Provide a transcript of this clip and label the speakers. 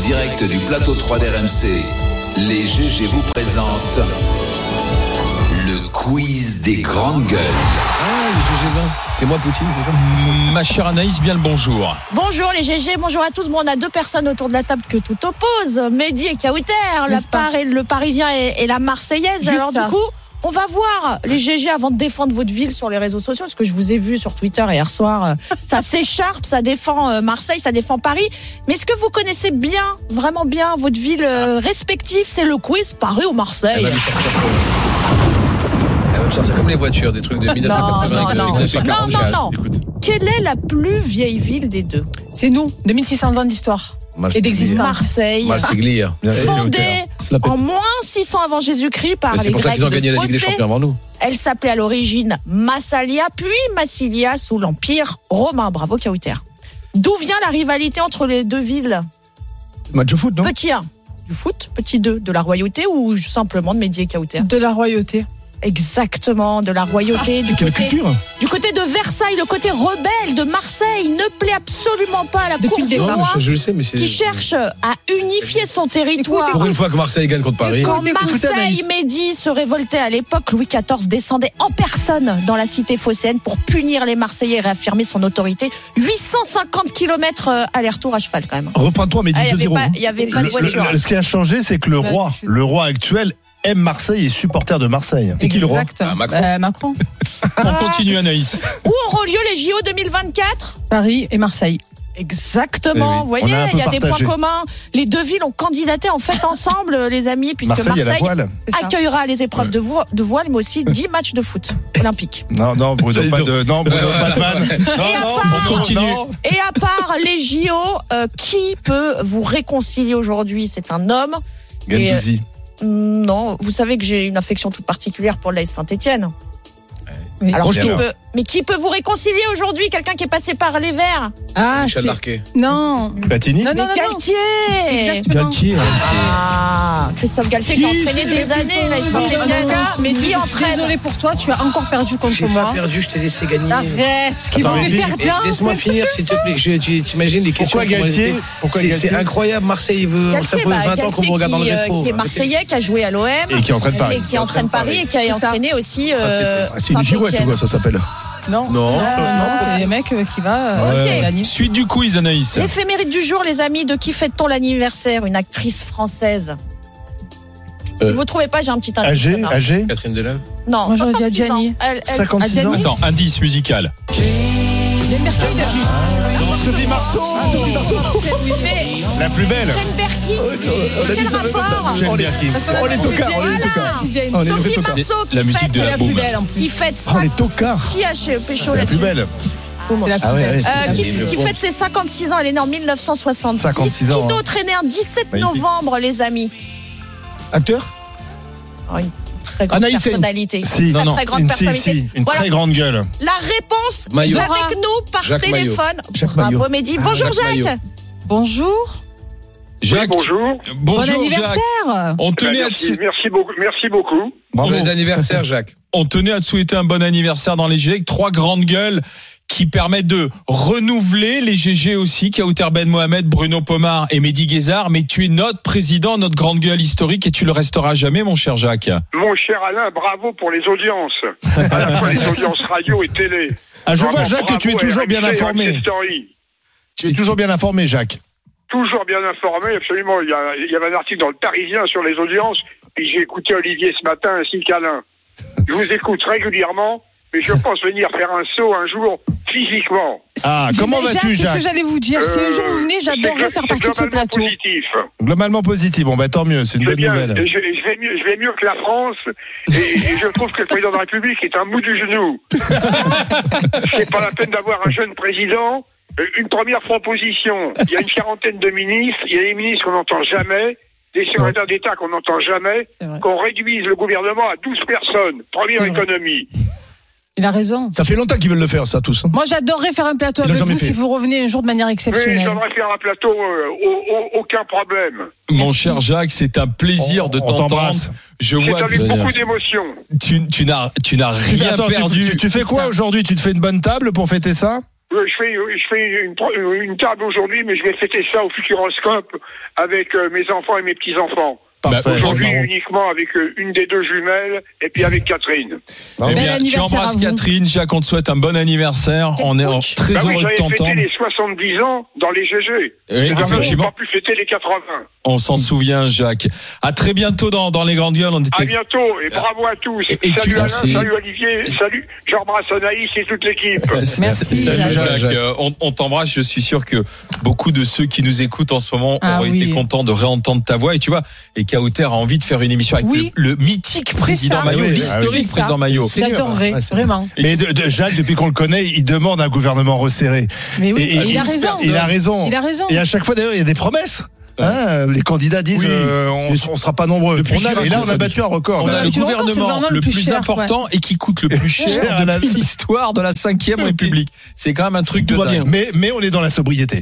Speaker 1: direct du plateau 3 d'RMC, les GG vous présentent le quiz des grandes gueules.
Speaker 2: Ah, les GG20. C'est moi, Poutine, c'est ça Ah,
Speaker 3: Ma chère Anaïs, bien le bonjour.
Speaker 4: Bonjour les GG, bonjour à tous. Bon, on a deux personnes autour de la table que tout oppose, Mehdi et Kauter, la
Speaker 5: N'est-ce pas
Speaker 4: Par- le Parisien et, et la Marseillaise.
Speaker 5: Juste
Speaker 4: Alors
Speaker 5: ça.
Speaker 4: du coup, on va voir les GG avant de défendre votre ville sur les réseaux sociaux, parce que je vous ai vu sur Twitter hier soir. euh, Ça s'écharpe, ça défend euh, Marseille, ça défend Paris. Mais est-ce que vous connaissez bien, vraiment bien, votre ville euh, respective C'est le quiz Paris ou Marseille.
Speaker 5: Eh
Speaker 2: Ah, ouais, ça, C'est comme les voitures, des trucs de 1980.
Speaker 4: non, non. Non, non, non.
Speaker 2: Écoute,
Speaker 5: ben,
Speaker 4: Quelle est la plus vieille ville des deux
Speaker 5: C'est nous, 2600 ans d'histoire
Speaker 2: mal
Speaker 5: et
Speaker 4: hein.
Speaker 5: d'existence.
Speaker 4: Marseille.
Speaker 2: Mal c'est glire.
Speaker 4: Fondée
Speaker 3: C'est la
Speaker 4: en moins 600 avant Jésus-Christ par
Speaker 2: Mais
Speaker 4: les
Speaker 2: C'est pour ça
Speaker 4: Grecs
Speaker 2: qu'ils ont gagné
Speaker 4: de
Speaker 2: la Ligue des
Speaker 4: Phocée.
Speaker 2: Champions avant nous.
Speaker 4: Elle s'appelait à l'origine Massalia, puis Massilia sous l'Empire romain. Bravo, Kauter. D'où vient la rivalité entre les deux villes
Speaker 3: Match de foot, non
Speaker 4: Petit 1 du foot, petit 2 de la royauté ou simplement de Mehdi et Kauter
Speaker 5: De la royauté.
Speaker 4: Exactement, de la royauté,
Speaker 2: Ah,
Speaker 4: du,
Speaker 3: Quelle
Speaker 4: côté,
Speaker 3: culture
Speaker 4: du côté de Versailles, le côté rebelle de Marseille ne plaît absolument pas à la
Speaker 5: Depuis
Speaker 4: cour
Speaker 5: le
Speaker 4: des
Speaker 5: départ.
Speaker 4: rois
Speaker 2: je le sais, mais c'est.
Speaker 4: qui cherche à unifier son territoire.
Speaker 2: Pour une fois que Marseille gagne contre Paris.
Speaker 4: Quand
Speaker 2: Écoutez, écoutez,
Speaker 4: Marseille
Speaker 2: Anaïs.
Speaker 4: Mehdi se révoltait à l'époque, Louis XIV descendait en personne dans la cité phocéenne pour punir les Marseillais et réaffirmer son autorité. 850 km euh, aller-retour à cheval quand même.
Speaker 6: Reprends-toi, mais
Speaker 4: Ah, Il n'y
Speaker 6: 2-0.
Speaker 4: avait, pas- il y avait pas de
Speaker 6: hein. Le-
Speaker 4: voiture.
Speaker 6: le- le- ce qui a changé, c'est que le
Speaker 5: Là,
Speaker 6: roi,
Speaker 5: Bah, tu-
Speaker 6: le roi actuel, aime Marseille et est supporter de Marseille.
Speaker 3: Et qui le roi
Speaker 5: Exact.
Speaker 2: Ah, Macron.
Speaker 5: Euh, Macron.
Speaker 3: On continue, Anaïs.
Speaker 4: Où auront lieu les JO 2024
Speaker 5: Paris et Marseille.
Speaker 4: Exactement,
Speaker 6: Eh oui.
Speaker 4: vous voyez,
Speaker 6: On a un peu
Speaker 4: il y a des
Speaker 6: partagé.
Speaker 4: points communs. Les deux villes ont candidaté en fait ensemble, les amis, puisque
Speaker 6: Marseille, à
Speaker 4: Marseille,
Speaker 6: la voile.
Speaker 5: C'est ça.
Speaker 4: accueillera les épreuves de, vo- de voile, mais aussi 10 matchs de foot olympiques.
Speaker 6: Non, non, Bruno,
Speaker 3: J'allais
Speaker 6: pas
Speaker 3: dire.
Speaker 6: de, non, Bruno, pas de vanne.
Speaker 4: Et
Speaker 6: Non,
Speaker 4: à
Speaker 6: non,
Speaker 4: part-
Speaker 6: Bruno,
Speaker 3: On continue.
Speaker 6: non.
Speaker 4: Et à part les JO, euh, qui peut vous réconcilier aujourd'hui C'est un homme. Et, euh,
Speaker 6: Gendouzi.
Speaker 4: Mm, Non, vous savez que j'ai une affection toute particulière pour l'AS Saint-Etienne.
Speaker 5: Oui.
Speaker 4: Alors,
Speaker 6: Bien
Speaker 4: qui
Speaker 6: sûr.
Speaker 4: peut, mais qui peut vous réconcilier aujourd'hui Quelqu'un qui est passé par les Verts
Speaker 5: Ah,
Speaker 2: Michel
Speaker 5: c'est-
Speaker 2: Larquet.
Speaker 5: Non.
Speaker 6: Platini.
Speaker 5: Non, non,
Speaker 4: Mais
Speaker 5: non, non.
Speaker 4: Galtier
Speaker 5: Exactement.
Speaker 6: hein.
Speaker 4: Ah, Christophe Galtier qui a entraîné des années l'AS Saint-Etienne. Mais qui entraîne
Speaker 5: Désolé pour toi, tu as encore perdu contre
Speaker 7: J'ai pas
Speaker 5: moi.
Speaker 7: perdu, je t'ai laissé gagner.
Speaker 5: Arrête, qui
Speaker 6: Attends,
Speaker 5: m'a
Speaker 6: mais
Speaker 5: fait
Speaker 6: dis-
Speaker 5: faire
Speaker 7: Et
Speaker 5: d'un.
Speaker 7: eh, Laisse-moi finir, s'il te plaît. Je- tu t'imagines les questions
Speaker 6: Pourquoi
Speaker 7: qu'on m'a
Speaker 6: Galtier
Speaker 7: laissées
Speaker 6: Pourquoi
Speaker 7: C'est c'est
Speaker 6: Galtier
Speaker 7: incroyable, Marseille veut. ça
Speaker 4: Galtier,
Speaker 7: fait
Speaker 4: bah,
Speaker 7: 20 ans qu'on
Speaker 4: Galtier
Speaker 7: vous regarde dans le
Speaker 4: qui, euh,
Speaker 7: rétro.
Speaker 2: hein,
Speaker 4: qui est marseillais, qui a joué à l'OM
Speaker 6: Et qui entraîne
Speaker 4: et
Speaker 6: Paris.
Speaker 4: qui entraîne Paris et qui
Speaker 5: C'est
Speaker 4: a
Speaker 5: ça.
Speaker 4: entraîné aussi euh,
Speaker 3: C'est une girouette ou
Speaker 4: Saint-Étienne.
Speaker 3: quoi ça s'appelle
Speaker 4: Ah,
Speaker 5: Non.
Speaker 2: Non.
Speaker 5: Euh, C'est le mec euh, qui va euh,
Speaker 4: Ouais.
Speaker 5: gagner.
Speaker 3: Suite du quiz, Anaïs.
Speaker 4: L'éphéméride du jour, les amis, de qui fête-t-on l'anniversaire Une actrice française.
Speaker 2: Euh,
Speaker 4: Vous ne trouvez pas, j'ai un petit indice.
Speaker 6: AG,
Speaker 4: Non.
Speaker 6: AG,
Speaker 2: Catherine Deneuve.
Speaker 4: Non,
Speaker 5: Moi, j'aurais dit à
Speaker 4: 56 ans.
Speaker 5: Gianni.
Speaker 4: Elle- elle-
Speaker 6: 56 ans.
Speaker 5: Adjani.
Speaker 3: Attends, indice musical.
Speaker 5: Yann Merceau, il a vu.
Speaker 6: Sophie Marceau.
Speaker 4: Mais
Speaker 6: La plus belle.
Speaker 4: Jane
Speaker 3: Oh,
Speaker 4: Birkin, quel rapport
Speaker 6: J'aime bien Kim.
Speaker 5: Oh, les
Speaker 4: tocards, oh, les
Speaker 5: tocards.
Speaker 3: Oh, les
Speaker 4: Sophie
Speaker 3: tocards.
Speaker 4: Marceau qui
Speaker 3: La musique
Speaker 4: fête,
Speaker 3: de
Speaker 5: C'est
Speaker 3: la
Speaker 5: la plus
Speaker 3: boum.
Speaker 5: belle en plus.
Speaker 4: qui fête
Speaker 3: Oh, les
Speaker 4: 50
Speaker 3: tocards.
Speaker 4: Qui a chez Pécho
Speaker 6: La
Speaker 4: là-dessus
Speaker 6: plus belle.
Speaker 5: C'est la plus
Speaker 6: Ah ouais,
Speaker 5: belle.
Speaker 6: ouais,
Speaker 4: Euh, qui,
Speaker 2: Mais
Speaker 4: qui
Speaker 2: bon.
Speaker 4: fête ses 56 ans, elle est née en 1966.
Speaker 6: 56
Speaker 4: qui
Speaker 6: ans,
Speaker 4: d'autre est né un 17
Speaker 6: Magnifique.
Speaker 4: novembre, les amis
Speaker 3: Acteur
Speaker 4: Oh, Une très grande
Speaker 3: Anaïs Seyne.
Speaker 4: personnalité.
Speaker 6: Si.
Speaker 4: Une
Speaker 3: Non, non.
Speaker 4: très grande
Speaker 6: Une, si,
Speaker 4: personnalité.
Speaker 6: si, une
Speaker 4: Voilà.
Speaker 6: très grande gueule.
Speaker 4: La réponse
Speaker 2: Maillot.
Speaker 4: est avec nous par
Speaker 2: Jacques
Speaker 4: téléphone.
Speaker 3: Jacques
Speaker 4: Bravo
Speaker 3: Maillot.
Speaker 4: Mehdi.
Speaker 2: Jacques
Speaker 4: Bonjour Jacques.
Speaker 2: Maillot.
Speaker 5: Bonjour.
Speaker 3: Jacques.
Speaker 8: Bonjour.
Speaker 5: Bon
Speaker 3: Bonjour, Jacques.
Speaker 5: anniversaire.
Speaker 3: On
Speaker 8: Eh ben,
Speaker 3: tenait, à te
Speaker 8: merci,
Speaker 3: sou-
Speaker 8: merci beaucoup. Merci beaucoup.
Speaker 3: Bravo.
Speaker 2: Joyeux anniversaire, Jacques.
Speaker 3: On tenait à te souhaiter un bon anniversaire dans les GG avec trois grandes gueules qui permettent de renouveler les GG aussi, Kauter Ben Mohamed, Bruno Pomar et Mehdi Guézard. Mais tu es notre président, notre grande gueule historique et tu le resteras jamais, mon cher Jacques.
Speaker 8: Mon cher Alain, bravo pour les audiences. À la fois les audiences radio et télé.
Speaker 6: Ah, je
Speaker 8: Vraiment,
Speaker 6: vois, Jacques, que tu es
Speaker 8: bravo à
Speaker 6: toujours bien
Speaker 8: RMC, RMC
Speaker 6: informé.
Speaker 8: Story.
Speaker 6: Tu es toujours bien informé, Jacques.
Speaker 8: Toujours bien informé, absolument. Il y, a- il y avait un article dans le Parisien sur les audiences, puis j'ai écouté Olivier ce matin ainsi qu'Alain. Je vous écoute régulièrement, mais je pense venir faire un saut un jour physiquement.
Speaker 6: Ah, comment
Speaker 5: bah, Jacques, C'est
Speaker 6: vas-tu,
Speaker 5: ce que
Speaker 6: Jacques
Speaker 5: j'allais vous dire. Si un jour vous venez,
Speaker 8: Euh, c'est
Speaker 5: j'adorerais
Speaker 8: glo-
Speaker 5: faire
Speaker 8: c'est
Speaker 5: partie de ce
Speaker 8: globalement
Speaker 5: plateau.
Speaker 8: Positif.
Speaker 6: Globalement positif. Bon, bah tant mieux, c'est une
Speaker 8: C'est
Speaker 6: bonne
Speaker 8: bien.
Speaker 6: nouvelle.
Speaker 8: Et Je, je vais mieux, je vais mieux que la France et, et je trouve que le président de la République est un bout du genou. C'est pas la peine d'avoir un jeune président. Euh, Une première proposition. Il y a une quarantaine de ministres. Il y a des ministres qu'on n'entend jamais, des secrétaires d'État qu'on n'entend jamais,
Speaker 5: C'est vrai.
Speaker 8: qu'on réduise le gouvernement à 12 personnes. Première
Speaker 5: Ouais.
Speaker 8: économie.
Speaker 5: Il a raison.
Speaker 3: Ça fait longtemps qu'ils veulent le faire, ça,
Speaker 6: hein.
Speaker 3: tous.
Speaker 5: Moi, j'adorerais faire un plateau
Speaker 3: Il a
Speaker 5: avec
Speaker 3: jamais
Speaker 5: vous
Speaker 3: fait.
Speaker 5: si vous revenez un jour de manière
Speaker 8: Mais
Speaker 5: exceptionnelle.
Speaker 8: j'aimerais faire un plateau, euh, au- au- aucun problème.
Speaker 3: Mon cher Jacques, c'est un plaisir
Speaker 6: On-
Speaker 3: de
Speaker 6: on
Speaker 3: t'entendre.
Speaker 6: t'embrasse.
Speaker 3: Je
Speaker 8: C'est
Speaker 3: vois
Speaker 8: avec
Speaker 3: que
Speaker 8: beaucoup d'émotion.
Speaker 3: tu, tu n'as, tu n'as
Speaker 6: Tu fais-
Speaker 3: rien
Speaker 6: attends, tu-
Speaker 3: perdu.
Speaker 6: tu- tu fais
Speaker 5: C'est
Speaker 6: quoi
Speaker 5: ça.
Speaker 6: aujourd'hui Tu te fais une bonne table pour fêter ça
Speaker 8: euh, je fais, je fais une, pro- une table aujourd'hui, mais je vais fêter ça au Futuroscope avec euh, mes enfants et mes petits-enfants.
Speaker 6: Parfait.
Speaker 8: Aujourd'hui uniquement avec euh, une des deux jumelles et puis avec Catherine.
Speaker 3: Eh
Speaker 5: Bel
Speaker 3: bien, tu
Speaker 5: anniversaire
Speaker 3: embrasses
Speaker 5: à vous.
Speaker 3: Catherine, Jacques, on te souhaite un bon anniversaire.
Speaker 4: Quel
Speaker 3: On est en-
Speaker 4: coach.
Speaker 3: très
Speaker 8: Bah
Speaker 3: heureux
Speaker 8: oui,
Speaker 3: de
Speaker 8: j'avais fêté
Speaker 3: t'entendre.
Speaker 8: les 70 ans dans les Ah, GG.
Speaker 3: Oui,
Speaker 8: Et donc, j'ai
Speaker 3: effectivement.
Speaker 8: pas pu fêter les 80.
Speaker 3: On s'en souvient, Jacques. À très bientôt dans, dans les grandes gueules. On
Speaker 8: À
Speaker 3: était.
Speaker 8: bientôt et bravo à tous.
Speaker 3: Et- et tu-
Speaker 8: salut Alain,
Speaker 3: Merci.
Speaker 8: salut Olivier, salut. J'embrasse Anaïs et toute l'équipe.
Speaker 5: Merci,
Speaker 3: Salut,
Speaker 5: Jacques.
Speaker 3: Jacques. Euh, on on t'embrasse. Je suis sûr que beaucoup de ceux qui nous écoutent en ce moment
Speaker 5: Ah
Speaker 3: auraient
Speaker 5: oui.
Speaker 3: été contents de réentendre ta voix. Et tu vois, et Kauter a envie de faire une émission avec
Speaker 5: Oui.
Speaker 3: le, le mythique président
Speaker 5: ça.
Speaker 3: Maillot,
Speaker 5: Ah oui,
Speaker 3: l'historique
Speaker 5: c'est ça.
Speaker 3: président Maillot.
Speaker 5: J'adorerais, vraiment.
Speaker 6: Mais de, de- Jacques, depuis qu'on le connaît, il demande un gouvernement resserré.
Speaker 5: Mais oui,
Speaker 6: Et- et-
Speaker 5: il a raison.
Speaker 6: Il a raison.
Speaker 5: Il a raison.
Speaker 6: Et à chaque fois, d'ailleurs, il y a des promesses. Hein, les candidats disent
Speaker 3: Oui.
Speaker 6: euh, on, on sera pas nombreux.
Speaker 3: Depuis
Speaker 6: On a-
Speaker 3: Chirac,
Speaker 6: et là, on
Speaker 3: ça
Speaker 6: a
Speaker 3: dit.
Speaker 6: battu un record.
Speaker 3: On
Speaker 5: bah,
Speaker 3: a le
Speaker 5: tu te rends compte, c'est
Speaker 3: gouvernement
Speaker 5: vraiment
Speaker 3: le plus
Speaker 5: cher,
Speaker 3: important et qui coûte le plus cher
Speaker 6: Cher à la-
Speaker 3: de l'histoire de la 5 République. C'est quand même un truc de
Speaker 6: Tout va
Speaker 3: dingue.
Speaker 6: bien. Mais, mais on est dans la sobriété.